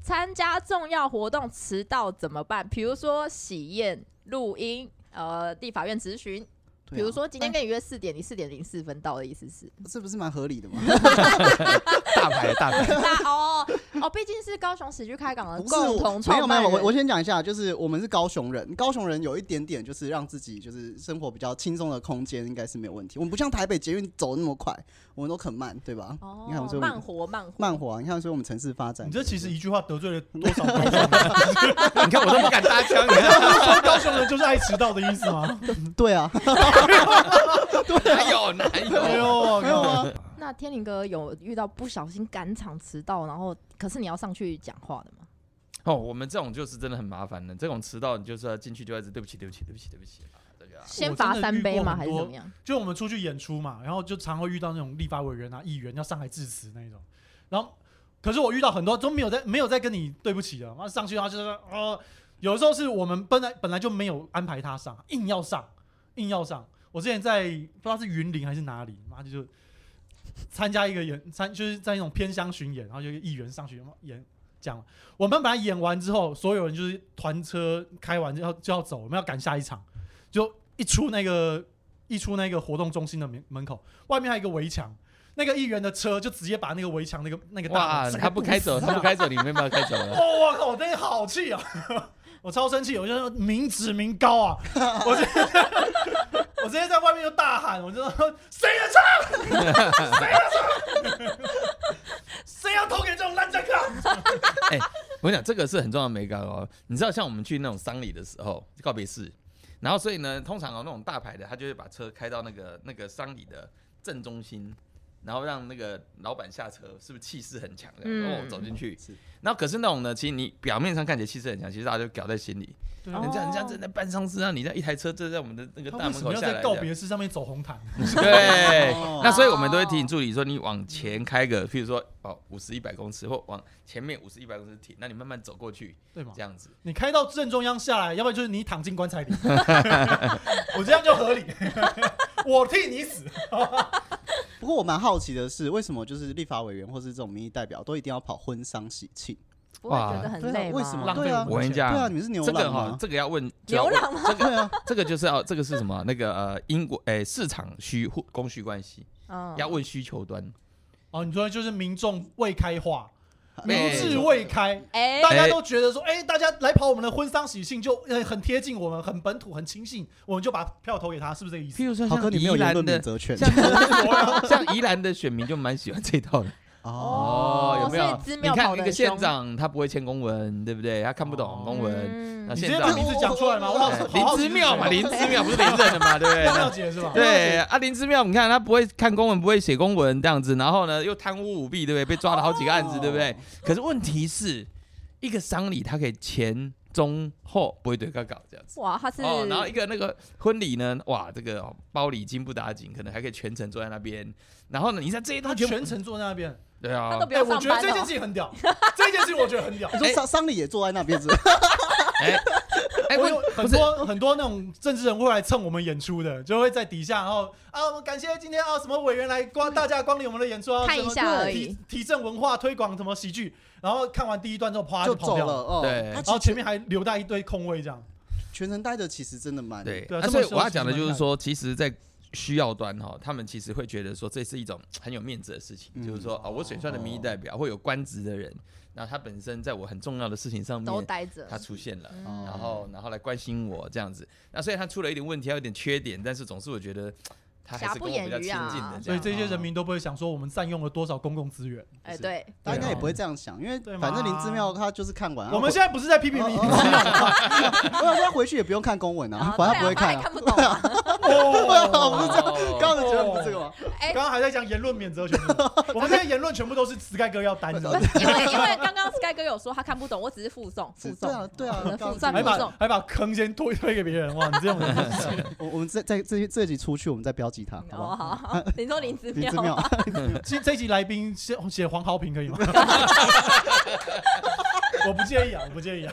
参加重要活动迟到怎么办？比如说喜宴、录音、呃，地法院质询。对啊比如说今天跟你约四点，你四点零四分到的意思 是？这不是蛮合理的 吗？大牌大牌，那哦哦，毕竟是高雄喜剧开港的 不是啊共同没有创没办有，人。我我先讲一下，就是我们是高雄人，高雄人有一点点就是让自己就是生活比较轻松的空间，应该是没有问题。我们不像台北捷运走那么快，我们都很慢，对吧？你看我哦们，这慢活慢活慢活、啊，你看，所以我们城市发展，你这其实一句话得罪了多少观众？ 你看我都不敢搭腔，你看说高雄人就是爱迟到的意思 吗？对 啊，哪有哪哎有？呦，没有啊，那天灵哥有遇到不小心赶场迟到，然后可是你要上去讲话的吗？哦，我们这种就是真的很麻烦的，这种迟到你就是要进去就一直对不起对不起对不起对不起啊，大家。先罚三杯吗？我真的还遇是过很多怎么样？就我们出去演出嘛，然后就常会遇到那种立法委员啊、议员要上来致辞那一种，然后可是我遇到很多都没有在没有在跟你对不起的，妈上去然后就是说呃，有的时候是我们本来本来就没有安排他上，硬要上，硬要上。我之前在不知道是云林还是哪里，妈就就参加一个演参就是在那种偏乡巡演，然后有一个议员上去演讲，我们本来演完之后，所有人就是团车开完就要就要走，我们要赶下一场，就一出那个一出那个活动中心的门门口，外面还有一个围墙，那个议员的车就直接把那个围墙那个那个大哇，门整个他不开走，堵死他不开走，你没办法开走了。哦，我靠，我真的好气啊！ 我超生气，我就说民脂民膏啊！我直接 我直接在外面就大喊，我就说谁的车？谁的车？谁要投给这种烂政客？我跟你讲，这个是很重要的美感哦。你知道，像我们去那种丧礼的时候，告别式，然后所以呢，通常哦那种大牌的，他就会把车开到那个那个丧礼的正中心，然后让那个老板下车，是不是气势很强这样？然后嗯我走进去是，然后可是那种呢，其实你表面上看起来气势很强，其实大家就搞在心里。对哦人家人家正在办丧事啊，你这样一台车就在我们的那个他大为门什么口要下在来告这样。别式上面走红毯？对，哦那所以我们都会提醒助理说，你往前开个，譬如说哦五十一百公尺，或往前面五十一百公尺停，那你慢慢走过去，对吗这？样子。 你开到正中央下来，要不然就是你躺进棺材里。 我这样就合理， 我替你死。不过我蛮好奇的是，为什么就是立法委员或是这种民意代表都一定要跑婚丧喜庆？不会哇觉得很对啊累吗？为什么浪费对啊我跟你对啊，讲你，们是牛这个郎哈吗，？这个要问就要牛问郎吗？这 个对啊，这个就是哦要这个是什么？那个呃英国诶市场需或供需关系，哦嗯要问需求端。哦，你说就是民众未开化，民没智未开，哎，大家都觉得说，哎、大家来跑我们的婚丧喜庆就呃很贴近我们，很本土，很亲信，我们就把票投给他，是不是这个意思譬？如说豪哥，像你没宜有言兰论免的，责权像 像宜兰的选民就蛮喜欢这一套的。哦。 哦有没有所以资你料跑得看一很个凶县长，他不会签公文，对不对？他看不懂公文。嗯那你现直接在把名字讲出来吗？我哦好哎好林好奇之妙嘛，是谁林之妙不是林任的嘛，对不 对？妙妙姐是吧？对啊，林之妙，你看他不会看公文，不会写公文这样子，然后呢又贪污舞弊，对不对？被抓了好几个案子，对不哦对？可是问题是，一个丧礼他可以前中后不会对他搞这样子。哇，他是哦，然后一个那个婚礼呢，哇，这个哦包礼金不打紧，可能还可以全程坐在那边。然后呢，你在这一他段全程坐在那边，对他啊都，不哎、要我上觉得班这件哦事。情很 屌，这件事情我觉得很屌你。说丧丧礼也坐在那边是不 是？哎，我问有很不是多很多那种政治人物会来蹭我们演出的，就会在底下，然后啊，我们感谢今天啊什么委员来光大家光临我们的演出啊，看什么一下而提已提振文化推广什么喜剧，然后看完第一段之后啪就跑走掉了，哦。对他然后其实前面还留待一堆空位这样。全程待着，其实真的蛮对，对啊那这所以么说我要其讲的实就是蛮难说，其实，在需要端哈，他们其实会觉得说这是一种很有面子的事情，嗯就是说啊、我选出来的民意代表或有官职的人，然后他本身在我很重要的事情上都面待着，他出现了，嗯哦然后然后来关心我这样子，那虽然他出了一点问题，还有点缺点，但是总是我觉得他还瑕是不跟我比较掩瑜亲啊近的这所以样。这些人民都不会想说我们占用了多少公共资源。哎，是，对，大家应该也对啊不会这样想，因为对反正嘛林之妙他就是看完。我们现在不是在批评你，哦 我想说他回去也不用看公文啊，啊反正对他不会啊反看正啊。看不懂 啊。我 不是这样，哦刚刚的结论不是这个吗？哎，刚刚还在讲言论免责权，我们现在言论全部都是死盖哥要担的，因为因为刚刚 Sky 哥有说他看不懂，我只是附送附是送对。啊，对啊，我的刚负担还不把重还把坑先推推给别人，哇，你这种人真是。 我我们在在这这集出去，我们再标记他，好不哦，好？好， 好你说林子林妙之 妙， 这这一集来宾写写黄豪平可以吗？我不介意啊，我不介意啊。